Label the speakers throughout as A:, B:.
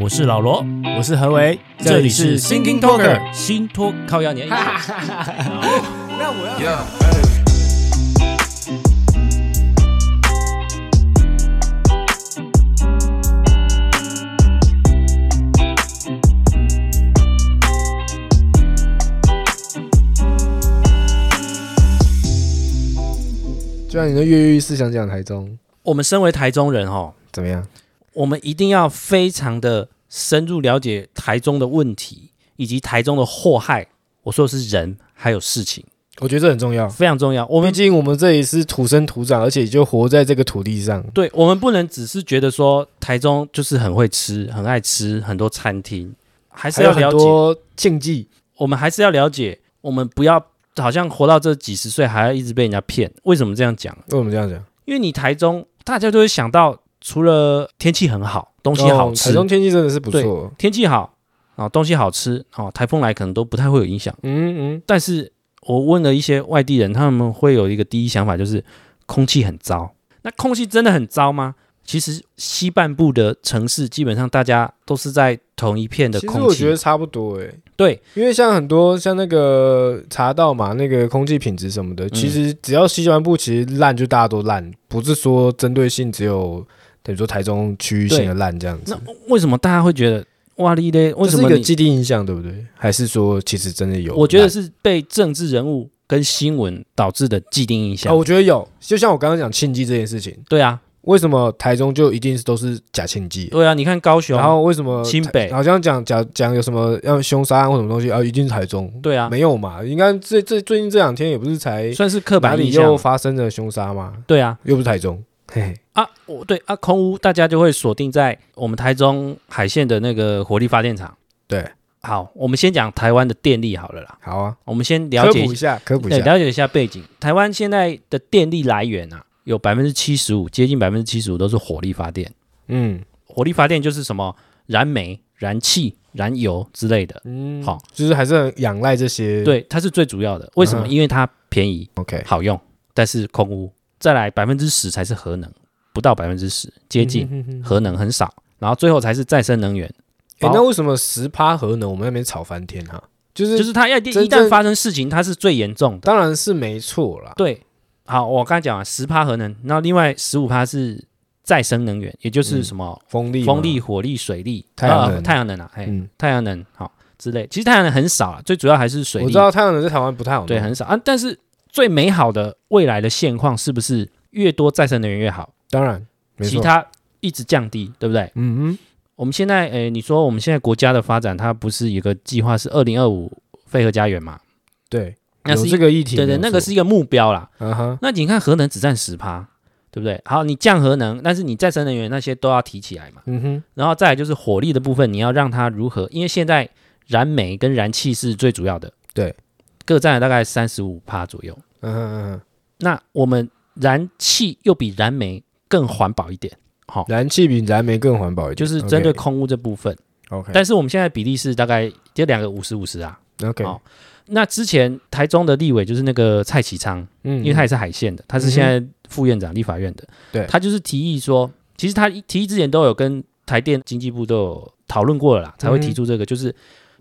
A: 我是老罗，
B: 我是何为，这里是 Thinking Talker。
A: 新托靠压年。
B: 那我要
C: Yeah,
D: Talker 就像你的跃跃欲试，想讲台中
A: 我们身为台中人哦，
D: 怎么样？
A: 我们一定要非常的深入了解台中的问题以及台中的祸害。我说的是人还有事情，
D: 我觉得这很重要，
A: 非常重要。我
D: 毕
A: 们
D: 竟我们这里是土生土长，而且就活在这个土地上。
A: 对我们不能只是觉得说台中就是很会吃、很爱吃很多餐厅，还是
D: 还
A: 要
D: 有很
A: 了解。
D: 多禁忌，
A: 我们还是要了解，我们不要好像活到这几十岁还要一直被人家骗。为什么这样讲？
D: 为什么这样讲？
A: 因为你台中大家都会想到，除了天气很好，东西好
D: 哦
A: 吃，
D: 台中天气真的是不错。
A: 天气好啊、哦东西好吃哦，台风来可能都不太会有影响。
D: 嗯嗯，
A: 但是我问了一些外地人，他们会有一个第一想法就是空气很糟。那空气真的很糟吗？其实西半部的城市基本上大家都是在同一片的
D: 其实
A: 空
D: 我觉
A: 气
D: 得，差不多诶、
A: 对，
D: 因为像很多像那个茶道嘛，那个空气品质什么
A: 嗯
D: 的，其实只要西湾部其实烂就大家都烂，不是说针对性只有等于说台中区域性的烂这样子。
A: 为什么大家会觉得哇哩嘞？为
D: 这
A: 什
D: 是一
A: 么
D: 个
A: 你
D: 既定印象，对不对？还是说其实真的有烂？
A: 我觉得是被政治人物跟新闻导致的既定印象。
D: 哦，我觉得有。就像我刚刚讲庆忌这件事情，
A: 对啊，
D: 为什么台中就一定是都是假庆忌？
A: 对啊，你看高雄，
D: 然后为什么
A: 新北
D: 好像讲讲讲有什么要凶杀案或什么东西啊？一定是台中？
A: 对啊，
D: 没有嘛？应该这这最近这两天也不是才
A: 算是刻
D: 哪
A: 板印
D: 里
A: 象
D: 又。发生了凶杀吗？
A: 对啊，
D: 又不是台中，嘿嘿，
A: 啊，我对啊，空屋大家就会锁定在我们台中海线的那个火力发电厂。
D: 对，
A: 好，我们先讲台湾的电力好了啦。
D: 好啊，
A: 我们先了解
D: 科普一下，科普一
A: 对，
D: 下，
A: 了解一下背景。台湾现在的电力来源啊，有百分之七十五，接近百分之七十五都是火力发电。
D: 嗯
A: 火力发电就是什么燃煤、燃气、燃油之类的。
D: 嗯，
A: 好，
D: 就是还是很仰赖这些，
A: 对，它是最主要的。为什么？
D: 嗯
A: 因为它便宜、
D: ，OK，
A: 好用，但是空污。再来百分之十才是核能，不到百分之十，接近
D: 嗯哼哼哼
A: 核能很少。然后最后才是再生能源，
D: 哎，
A: 好
D: 那为什么十趴核能我们那边吵翻天哈？就是
A: 就是它要一
D: 真
A: 一旦
D: 正
A: 发生事情，它是最严重的。
D: 当然是没错啦，
A: 对，好，我刚才讲了十趴核能，然后另外十五趴是再生能源，也就是什么
D: 风嗯力嘛
A: 风力、火力、水力、
D: 太阳
A: 呃
D: 能
A: 太阳能啊，嘿，
D: 嗯
A: 太阳能好之类。其实太阳能很少啊，最主要还是水力。
D: 我知道太阳能在台湾不太好弄，
A: 对，很少啊。但是最美好的未来的现况是不是越多再生能源越好？
D: 当然，没
A: 其
D: 错，
A: 他一直降低，对不对？
D: 嗯嗯，
A: 我们现在，诶，你说我们现在国家的发展，它不是一个计划是二零二五废核家园嘛？
D: 对，
A: 那是
D: 有
A: 一
D: 这个议题，
A: 对对，
D: 没
A: 那
D: 有
A: 个
D: 错，
A: 是一个目标啦。
D: 啊哈，
A: 那你看核能只占十趴，对不对？好，你降核能，但是你再生能源那些都要提起来嘛。
D: 嗯哼，
A: 然后再来就是火力的部分，你要让它如何？因为现在燃煤跟燃气是最主要的，
D: 对，
A: 各占了大概三十五趴左右。
D: 嗯哼嗯哼，
A: 那我们燃气又比燃煤更环保一点，好、
D: 燃气比燃煤更环保
A: 哦
D: 一点，
A: 就是针对空污这部分。
D: OK，
A: 但是我们现在比例是大概这两个五十五十啊。
D: OK，
A: 好那之前台中的立委就是那个蔡其昌，
D: 嗯，
A: 因为他也是海线的，他是现在副院长立法院的，
D: 对
A: 他就是提议说，其实他提议之前都有跟台电经济部都有讨论过了啦，才会提出
D: 嗯
A: 这个，就是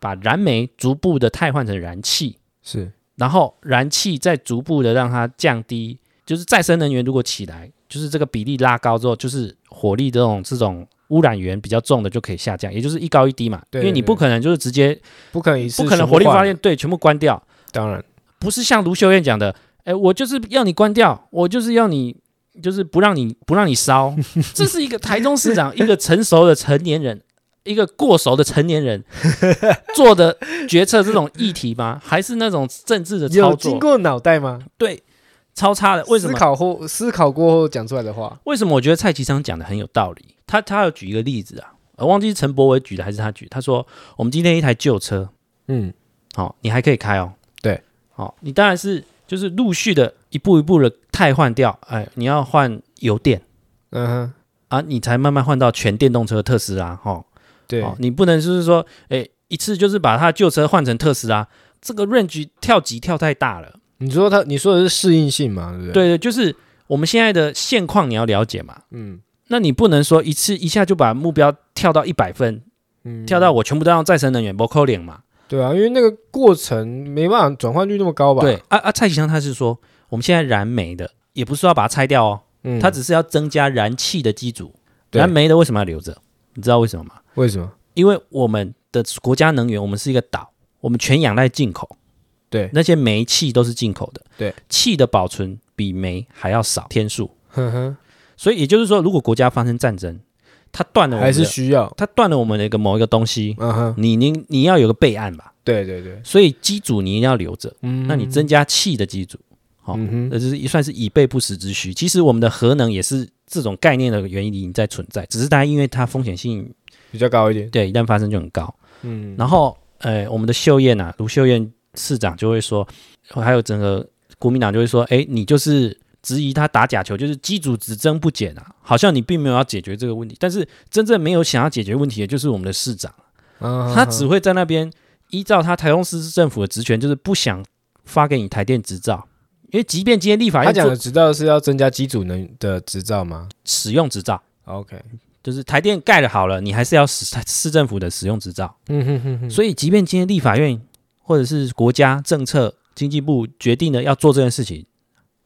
A: 把燃煤逐步的汰换成燃气，
D: 是
A: 然后燃气再逐步的让它降低，就是再生能源如果起来，就是这个比例拉高之后，就是火力这种这种污染源比较重的就可以下降，也就是一高一低嘛，
D: 对
A: 因为你
D: 对
A: 不可能就是直接
D: 不可能一次
A: 不可能
D: 全部
A: 火力
D: 换
A: 发电对全部关掉，
D: 当然，
A: 不是像卢秀燕讲 的，哎，我就是要你关掉，我就是要你，就是不让你不让你 烧。这是一个台中市长，一个成熟的成年人，一个过熟的成年人做的决策，这种议题吗？还是那种政治的操
D: 有经
A: 作？
D: 过脑袋吗？
A: 对，超差的。为什
D: 思
A: 么？
D: 考后思考过后讲出来的话，
A: 为什么我觉得蔡其昌讲的很有道理？他他有举一个例子啊，我忘记是陈柏伟举的还是他举的。他说，我们今天一台旧车，
D: 嗯，
A: 好、你还可以开哦。
D: 对，
A: 好、你当然是就是陆续的一步一步的汰换掉，哎，你要换油电
D: 嗯哼，
A: 啊，你才慢慢换到全电动车特斯拉，哈、哦，
D: 对，
A: 你不能就是说，哎，一次就是把它旧车换成特斯拉，这个 range 跳级跳太大了。
D: 你说他你说的是适应性嘛，对不对？，
A: 对对，就是我们现在的现况你要了解嘛，
D: 嗯，
A: 那你不能说一次一下就把目标跳到一百分，
D: 嗯
A: 跳到我全部都要再生能源，不扣脸嘛。
D: 对啊，因为那个过程没办法转换率那么高吧？
A: 对，啊啊，蔡启昌他是说，我们现在燃煤的也不是说要把它拆掉哦，
D: 嗯，
A: 它只是要增加燃气的机组，
D: 对
A: 燃煤的为什么要留着？你知道为什么吗？
D: 为什么？
A: 因为我们的国家能源，我们是一个岛，我们全仰赖进口，
D: 对，
A: 那些煤气都是进口的，
D: 对，
A: 气的保存比煤还要少天数，
D: 呵呵，
A: 所以也就是说，如果国家发生战争，它断了我
D: 还
A: 们
D: 是
A: 的，
D: 需要，
A: 它断了我们的一个某一个东西，
D: 嗯哼，
A: 你你你要有个备案吧，
D: 对对对，
A: 所以机组你一定要留着，
D: 嗯，
A: 那你增加气的机组，好、
D: 嗯哼
A: 那就是也算是以备不时之需。其实我们的核能也是这种概念的原因在存在，只是它因为它风险性
D: 比较高一点，
A: 对一旦发生就很高。
D: 嗯，
A: 然后呃，我们的秀燕啊，卢秀燕市长就会说，还有整个国民党就会说，哎，你就是质疑他打假球，就是机组只增不减啊，好像你并没有要解决这个问题。但是真正没有想要解决问题的就是我们的市长，
D: 嗯
A: 啊他只会在那边依照他台中市政府的职权，就是不想发给你台电执照。因为即便今天立法
D: 他
A: 院
D: 讲
A: 做
D: 的执照是要增加机组能的执照吗
A: 使用执照，
D: ？OK，
A: 就是台电盖了好了，你还是要市市政府的使用执照。
D: 嗯哼哼哼，
A: 所以，即便今天立法院或者是国家政策经济部决定了要做这件事情，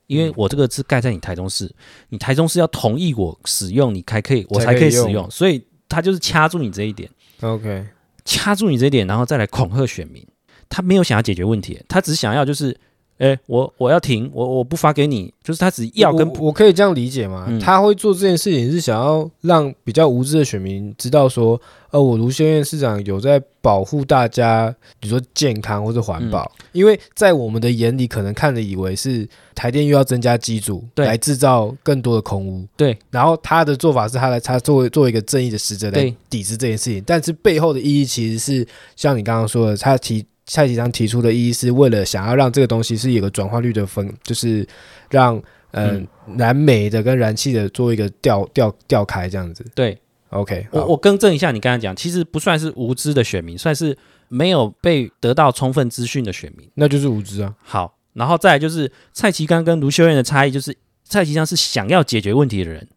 A: 因为
D: 嗯
A: 我这个是盖在你台中市，你台中市要同意我使用，你才可以，我才
D: 才可以
A: 可以使用。
D: 用
A: 所以他就是掐住你这一点，
D: OK，
A: 掐住你这一点，然后再来恐吓选民。他没有想要解决问题，他只想要就是，哎、我我要停，我我不发给你，就是他只 要跟
D: 我我可以这样理解吗？
A: 嗯
D: 他会做这件事情是想要让比较无知的选民知道说，呃，我卢修院市长有在保护大家，比如说健康或者环保，
A: 嗯
D: 因为在我们的眼里，可能看着以为是台电又要增加机组
A: 对
D: 来制造更多的空污，
A: 对。
D: 然后他的做法是他来，他作为作为一个正义的使者来
A: 对
D: 抵制这件事情，但是背后的意义其实是像你刚刚说的，他提蔡启昌提出的意义是为了想要让这个东西是有个转换率的分，就是让呃、
A: 嗯
D: 燃煤的跟燃气的做一个调调调开这样子。
A: 对
D: OK，
A: 我
D: 好
A: 我更正一下，你刚才讲，其实不算是无知的选民，算是没有被得到充分资讯的选民。
D: 那就是无知啊，
A: 好，然后再来就是蔡其刚跟卢秀燕的差异，就是蔡其刚是想要解决问题的人，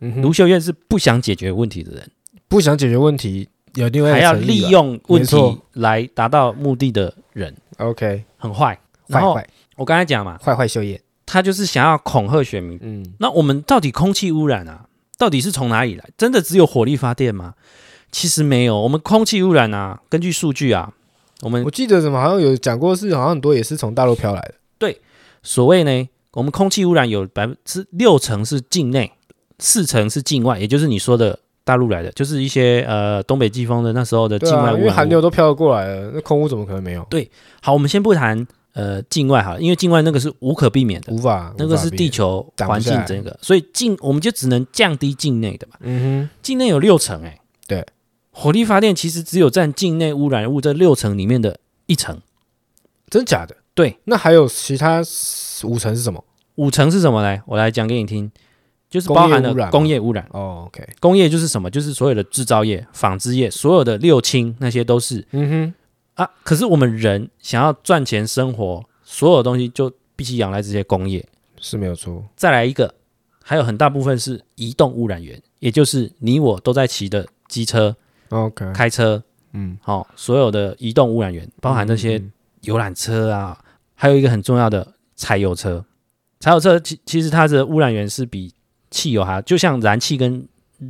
D: 嗯
A: 卢
D: 哼，
A: 秀燕是不想解决问题的人，
D: 不想解决问题，有另外一
A: 还
D: 个
A: 要
D: 诚意吧
A: 利用问
D: 没错
A: 题来达到目的的人，
D: OK，
A: 很坏。
D: 坏
A: 然后
D: 坏
A: 我刚才讲嘛，
D: 坏坏秀叶，
A: 他就是想要恐吓选民。
D: 嗯，
A: 那我们到底空气污染啊，到底是从哪里来？真的只有火力发电吗？其实没有，我们空气污染啊，根据数据啊，我们
D: 我记得怎么好像有讲过是好像很多也是从大陆飘来的，
A: 所谓呢，我们空气污染有百分之六成是境内，四成是境外，也就是你说的大陆来的，就是一些呃东北季风的那时候的
D: 对
A: 呃境外
D: 啊，
A: 污
D: 因为
A: 染
D: 寒
A: 物。
D: 流都飘得过来了，那空污怎么可能没有？
A: 好，我们先不谈呃境外哈，因为境外那个是无可避免的，
D: 无法，
A: 那个
D: 无法
A: 是
D: 避
A: 地
D: 免，
A: 球
D: 挡不
A: 环境
D: 下来
A: 整个，所以境我们就只能降低境内的嘛。
D: 嗯
A: 境内有六成哎、
D: 对，
A: 火力发电其实只有占境内污染物这六成里面的一成，
D: 哼，真假的？
A: 对，
D: 那还有其他五成是什么？
A: 五成是什么呢？我来讲给你听，就是
D: 工
A: 包
D: 业
A: 含
D: 污染
A: 了
D: 吗
A: 工业污染。
D: 哦，OK，
A: 工业就是什么？就是所有的制造业、纺织业，所有的六轻那些都是
D: 嗯
A: 啊。可是我们人想要赚钱生活，所有东西就必须仰赖这些工业。
D: 哼，是没有错，
A: 再来一个，还有很大部分是移动污染源，也就是你我都在骑的机车、
D: OK，
A: 开车，
D: 嗯，
A: 好、所有的移动污染源，包含那些
D: 嗯
A: 游览车啊，还有一个很重要的柴油车。柴油车其其实它的污染源是比汽油还要，就像燃气跟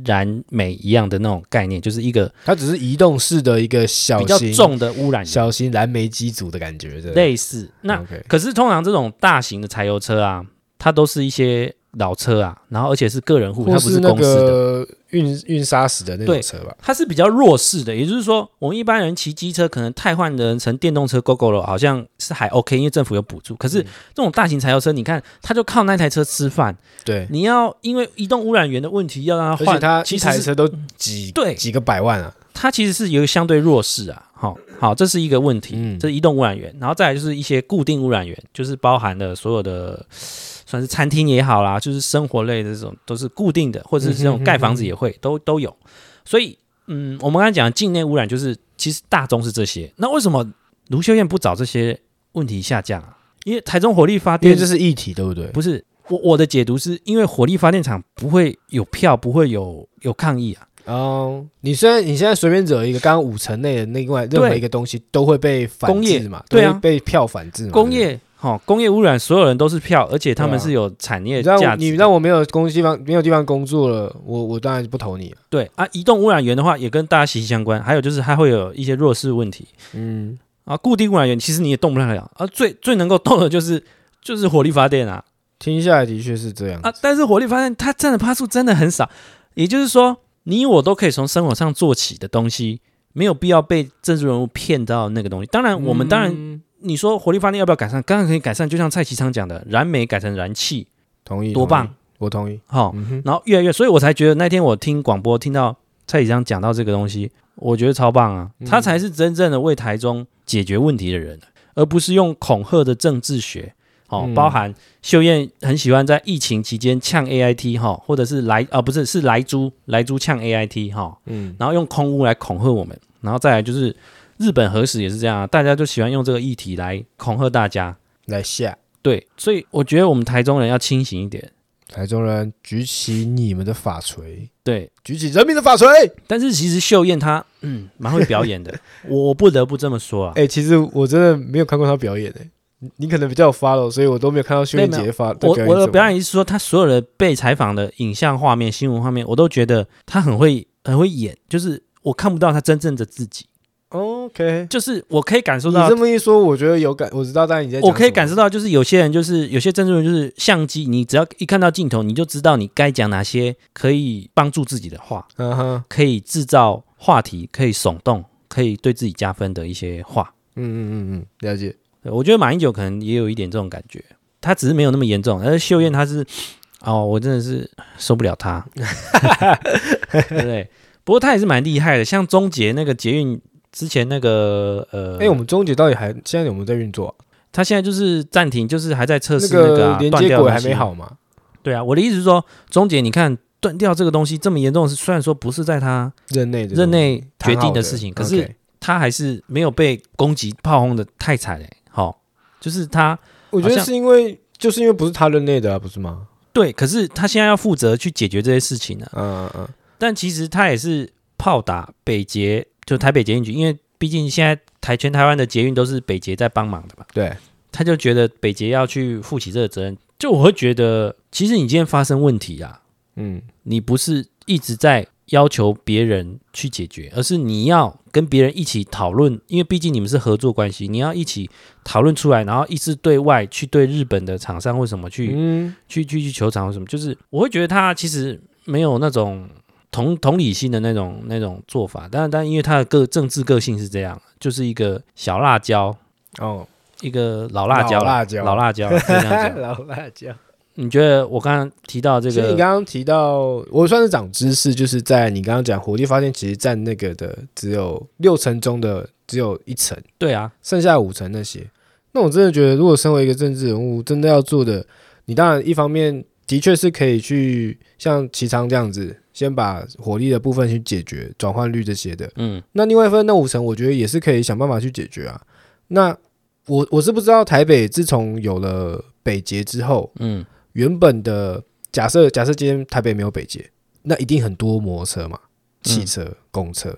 A: 燃煤一样的那种概念，就是一个
D: 它只是移动式的一个小
A: 比较
D: 型
A: 重的污染源，
D: 小型燃煤机组的感觉，对不对
A: 类似。那
D: OK，
A: 可是通常这种大型的柴油车啊，它都是一些老车啊，然后而且是个人户，它
D: 或
A: 不是
D: 那
A: 公司的，
D: 个运运砂石的那种
A: 对
D: 车吧？
A: 它是比较弱势的。也就是说，我们一般人骑机车可能汰换人成电动车 GoGo 了，好像是还 OK，因为政府有补助。可
D: 嗯
A: 是这种大型柴油车，你看它就靠那台车吃饭，
D: 对，
A: 你要因为移动污染源的问题要让它
D: 而
A: 换，
D: 且它
A: 其
D: 一
A: 实
D: 台
A: 是嗯
D: 车都几
A: 对
D: 几个百万啊，
A: 它其实是有一个相对弱势啊，好、好，这是一个问题，
D: 嗯
A: 这是移动污染源，然后再来就是一些固定污染源，就是包含了所有的算是餐厅也好啦，就是生活类的这种都是固定的，或者是这
D: 嗯哼
A: 种
D: 哼
A: 盖房子也会、都都有，所以嗯，我们刚才讲境内污染就是其实大宗是这些，那为什么卢修燕不找这些问题下降啊？因为台中火力发
D: 因
A: 电
D: 为这是一体，对不对？
A: 不是我我的解读是因为火力发电厂不会有票，不会有有抗议啊。
D: 哦，你虽然你现在随便惹一个，刚刚五层内的另外任何一个东西都会被反
A: 工业
D: 制嘛，
A: 对啊
D: 都会被票反制嘛。
A: 工
D: 对不对，
A: 业好、哦工业污染，所有人都是票，而且他们
D: 对啊
A: 是有产业
D: 你让
A: 价
D: 我
A: 值的。
D: 你让我没有工地方没有地方工作了，我我当然不投你啊。
A: 对啊，移动污染源的话也跟大家息息相关，还有就是它会有一些弱势问题
D: 嗯，
A: 啊。固定污染源其实你也动不了了啊，最最能够动的就是就是火力发电啊
D: 听下来的确是这样。
A: 啊，但是火力发电它占的趴数真的很少，也就是说你我都可以从生活上做起的东西，没有必要被政治人物骗到那个东西。当然，我们当然、
D: 嗯
A: 你说火力发电要不要改善，当然可以改善，就像蔡其昌讲的，燃煤改成燃气，
D: 同意，
A: 多
D: 同意
A: 棒，
D: 我同意。
A: 哈、
D: 嗯哼，
A: 然后越来越，所以我才觉得那天我听广播听到蔡启章讲到这个东西，我觉得超棒啊！
D: 嗯
A: 他才是真正的为台中解决问题的人，而不是用恐吓的政治学。哦，
D: 嗯
A: 包含秀燕很喜欢在疫情期间呛 AIT 哈、或者是来啊不是是来猪来猪呛 AIT 哈、
D: 嗯，
A: 然后用空屋来恐吓我们，然后再来就是日本核实也是这样啊，大家就喜欢用这个议题来恐吓大家。
D: 来下，
A: 对，所以我觉得我们台中人要清醒一点。
D: 台中人举起你们的法锤，
A: 对，
D: 举起人民的法锤。
A: 但是其实秀燕她嗯蛮会表 演的，我我不得不这么说啊。
D: 哎、其实我真的没有看过他表演诶、你你可能比较有 follow，所以我都没有看到秀
A: 没有
D: 燕姐
A: 没
D: 姐发
A: 我我的表
D: 演
A: 演意思是说，她所有的被采访的影像画面、新闻画面，我都觉得她很会很会演，就是我看不到她真正的自己，
D: 什么。OK，
A: 就是我可以感受
D: 你
A: 到
D: 这，么一说，我觉得有感，我知道，但你在
A: 我可以感
D: 受
A: 受到，就是有些人就是有些政治人就是相机，你只要一看到镜头，你就知道你该讲哪些可以帮助自己的话，，
D: 嗯哼，
A: 可以制造话题，可以耸动，可以对自己加分的一些话。
D: 嗯嗯嗯嗯，了解。
A: 对，我觉得马英九可能也有一点这种感觉，他只是没有那么严重，但是秀燕她是，哦，我真的是受不了她， 对不对？不过她也是蛮厉害的，像钟杰那个捷运之前那个呃，
D: 哎、我们中姐到底还现在有没有在运作啊、
A: 他现在就是暂停，就是还在测
D: 那
A: 试那个啊、
D: 连
A: 断
D: 接
A: 掉的
D: 轨
A: 东
D: 还
A: 西
D: 没。好嘛？
A: 对啊，我的意思是说，钟杰，你看断掉这个东西这么严重，是虽然说不是在他
D: 任内的
A: 任内
D: 东
A: 决
D: 西
A: 定
D: 的
A: 的事情，可是他还是没有被攻击炮轰的太惨嘞、好、就是他
D: 我觉得
A: 好像
D: 是因为就是因为不是他任内的啊，不是吗？
A: 对，可是他现在要负责去解决这些事情呢、
D: 嗯嗯嗯，
A: 但其实他也是炮打北捷，就台北捷运局，因为毕竟现在台全台湾的捷运都是北捷在帮忙的嘛，
D: 对，
A: 他就觉得北捷要去负起这个责任。就我会觉得，其实你今天发生问题啊，
D: 嗯
A: 你不是一直在要求别人去解决，而是你要跟别人一起讨论，因为毕竟你们是合作关系，你要一起讨论出来，然后一致对外去对日本的厂商或什么去。
D: 嗯，
A: 去去去球场或什么，就是我会觉得他其实没有那种同同理心的那种那种做法，但但因为他的个政治个性是这样，就是一个小辣椒，
D: 哦，
A: 一个老辣椒啦，
D: 老辣椒
A: 老辣椒，可以这样讲
D: 老辣椒。
A: 你觉得我刚刚提到这
D: 其实你
A: 个，
D: 刚刚提到，我算是长知识，就是在你刚刚讲火力发电，其实占那个的只有六层中的只有一层，
A: 对啊，
D: 剩下五层那些。那我真的觉得，如果身为一个政治人物，真的要做的，你当然一方面的确是可以去像齐昌这样子，先把火力的部分去解决，转换率这些的。
A: 嗯，
D: 那另外一份那五成，我觉得也是可以想办法去解决啊。那我我是不知道台北自从有了北捷之后，
A: 嗯，
D: 原本的假设假设今天台北没有北捷，那一定很多摩托车嘛，汽车、公车。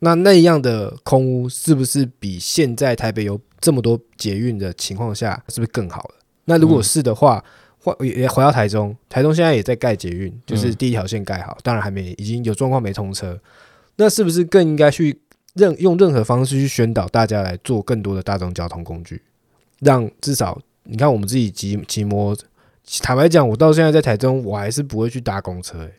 D: 那那样的空屋是不是比现在台北有这么多捷运的情况下，是不是更好了？那如果是的话，换也也回到台中，台中现在也在盖捷运，就是
A: 嗯
D: 第一条线盖好，当然还没已经有状况没通车，那是不是更应该去任用任何方式去宣导大家来做更多的大众交通工具，让至少你看我们自己骑骑摩，坦白讲，我到现在在台中，我还是不会去搭公车、欸
A: 啊嗯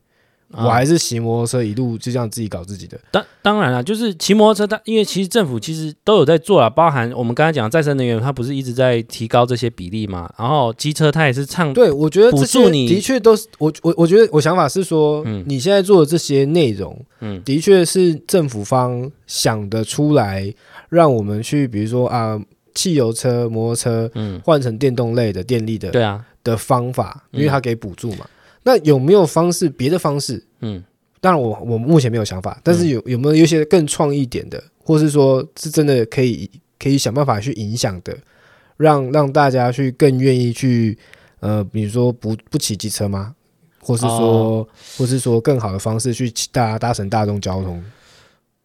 D: 我还是骑摩托车一路就这样自己搞自己的。
A: 当当然了，就是骑摩托车，它因为其实政府其实都有在做了，包含我们刚才讲的再生能源，它不是一直在提高这些比例嘛，然后机车它也是倡
D: 对，我觉得
A: 补
D: 这
A: 助
D: 些
A: 你
D: 的确都是我我我觉得我想法是说，
A: 嗯
D: 你现在做的这些内容，
A: 嗯
D: 的确是政府方想得出来，让我们去比如说啊，汽油车、摩托车
A: 嗯，
D: 换成电动类的、电力的
A: 对啊，
D: 的方法，
A: 嗯
D: 因为它给补助嘛。那有没有方式别的方式？
A: 嗯
D: 当然我，我目前没有想法，但是有有没有一些更创意点的，或是说是真的可以可以想办法去影响的，让让大家去更愿意去呃，比如说不不骑机车吗？或是
A: 哦
D: 说，或是说更好的方式去搭搭乘大众交通。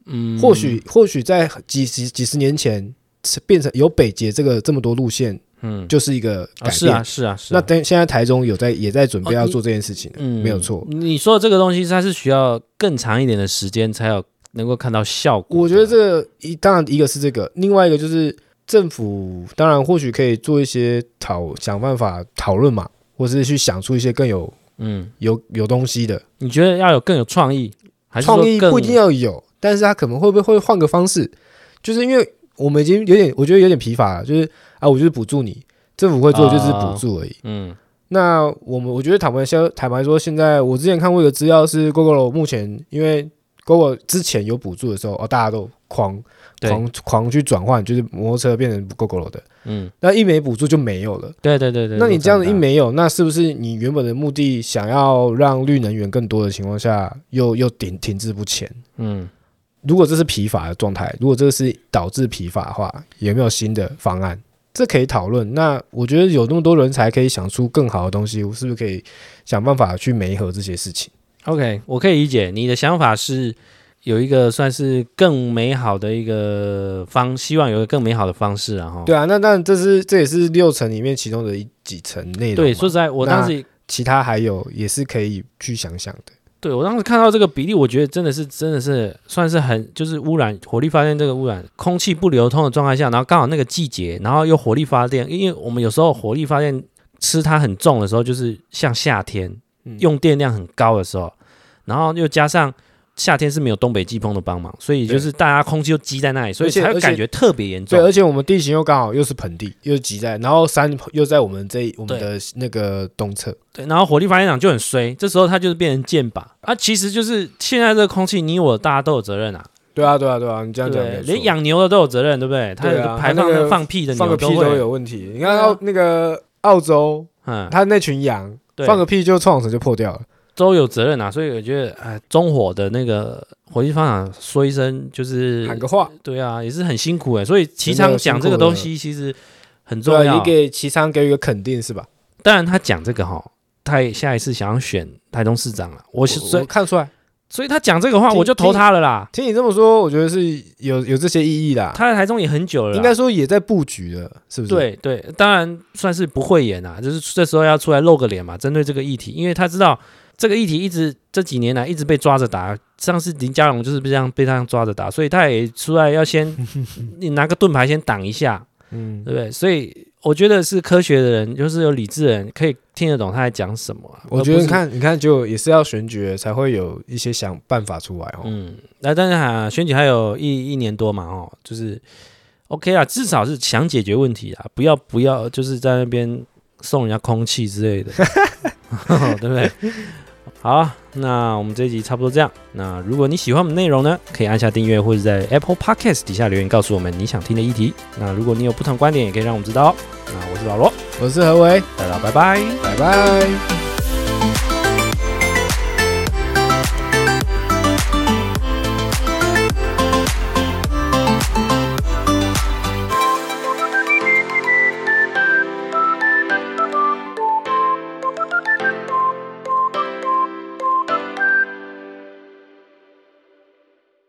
A: 嗯，
D: 或许或许在几十几十年前，是变成有北捷这个这么多路线，
A: 嗯，
D: 就是一个
A: 啊
D: 改
A: 是啊
D: 变。
A: 是啊哦是啊。
D: 那但现在台中有在也在准备要做这件事情啊了，
A: 嗯
D: 没有错。
A: 你说的这个东西，它是需要更长一点的时间才有能够看到效果的。
D: 我觉得这个一当然一个是这个，另外一个就是政府当然或许可以做一些讨想办法讨论嘛，或是去想出一些更有
A: 嗯，
D: 有有东西的
A: 你觉得要有更有创意，还是说
D: 创意，
A: 更
D: 不一定要有，但是他可能会不会会换个方式，就是因为我们已经有点我觉得有点疲乏了，就是啊我就是补助你，政府会做的就是补助而已。
A: 嗯
D: 那我们我觉得坦白说，坦白说，现在我之前看过一个资料是 GoGo 目前因为 GoGo 之前有补助的时候，哦，大家都狂
A: 对
D: 狂狂去转换，就是摩托车变成 GoGo 的，
A: 嗯，
D: 那一没补助就没有了。
A: 对对对对。
D: 那你
A: 我
D: 这样子
A: 知道
D: 一没有，那是不是你原本的目的想要让绿能源更多的情况下，又又停停滞不前？
A: 嗯
D: 如果这是疲乏的状态，如果这是导致疲乏的话，有没有新的方案？这可以讨论。那我觉得有那么多人才可以想出更好的东西，是不是可以想办法去媒合这些事情？
A: OK，我可以理解你的想法是有一个算是更美好的一个方，希望有一个更美好的方式，然后
D: 对啊，那那这是这也是六层里面其中的一几层内容嘛。
A: 对，说实在，我当
D: 那
A: 时
D: 其他还有也是可以去想想的。
A: 对我当时看到这个比例，我觉得真的是真的是算是很就是污染火力发电这个污染，空气不流通的状态下，然后刚好那个季节，然后又火力发电，因为我们有时候火力发电吃它很重的时候，就是像夏天
D: 嗯
A: 用电量很高的时候，然后又加上夏天是没有东北季风的帮忙，所以就是大家空气就积在那里，所以
D: 而且
A: 才会
D: 而且
A: 感觉特别严
D: 对，
A: 重。
D: 而且我们地形又刚好又是盆地，又挤在，然后山又在我们这一我们的那个东侧。
A: 对，然后火力发电厂就很衰，这时候它就是变成箭靶啊！其实就是现在这个空气，你我大家都有责任啊，
D: 对啊，对啊，对啊，你这样讲没
A: 对，
D: 有错
A: 连养牛的都有责任，对不对？它有
D: 对啊
A: 个排
D: 它
A: 放
D: 那个
A: 放屁的
D: 放
A: 牛
D: 个
A: 都
D: 屁都
A: 会，
D: 有问题。你看澳那个澳洲，
A: 嗯，
D: 他那群羊
A: 对
D: 放个屁就创绳就破掉了。
A: 都有责任啊。所以我觉得，哎，中火的那个火力发电厂说一声就是
D: 喊个话，
A: 对啊，也是很辛苦哎。所以齐
D: 真
A: 昌
D: 的辛
A: 讲
D: 苦
A: 这个东西其实很重
D: 对啊，
A: 要
D: 也。给齐昌给予一个肯定是吧？
A: 当然，他讲这个哈，他也下一次想要选台中市长了。我是
D: 我
A: 所
D: 我
A: 以
D: 看出来，
A: 所以他讲这个话，
D: 听啊
A: 我就投他了啦。
D: 听你这么说，我觉得是有有这些意义啦。
A: 他在台中也很久了啦，
D: 应该说也在布局了，是不是？，
A: 对对，当然算是不会演啊，就是这时候要出来露个脸嘛，针对这个议题，因为他知道这个议题一直这几年来一直被抓着打，上次林佳龙就是被这样被他抓着打，所以他也出来要先 你拿个盾牌先挡一下，
D: 嗯
A: 对，不对？所以我觉得是科学的人，就是有理智的人，可以听得懂他在讲什么啊、
D: 我
A: 而
D: 觉得
A: 不
D: 你
A: 是，
D: 看，你看，就也是要选举了才会有一些想办法出来哦。
A: 嗯，那但是啊，选举还有一一年多嘛，哦，就是 OK 啊，至少是想解决问题啊，不要不要就是在那边送人家空气之类的， 哦对不对？好，那我们这一集差不多这样。那如果你喜欢我们内容呢，可以按下订阅或者在 Apple Podcast 底下留言告诉我们你想听的议题。那如果你有不同观点，也可以让我们知道哦。那我是老罗，
D: 我是何为，
A: 大家拜拜。
D: 拜拜。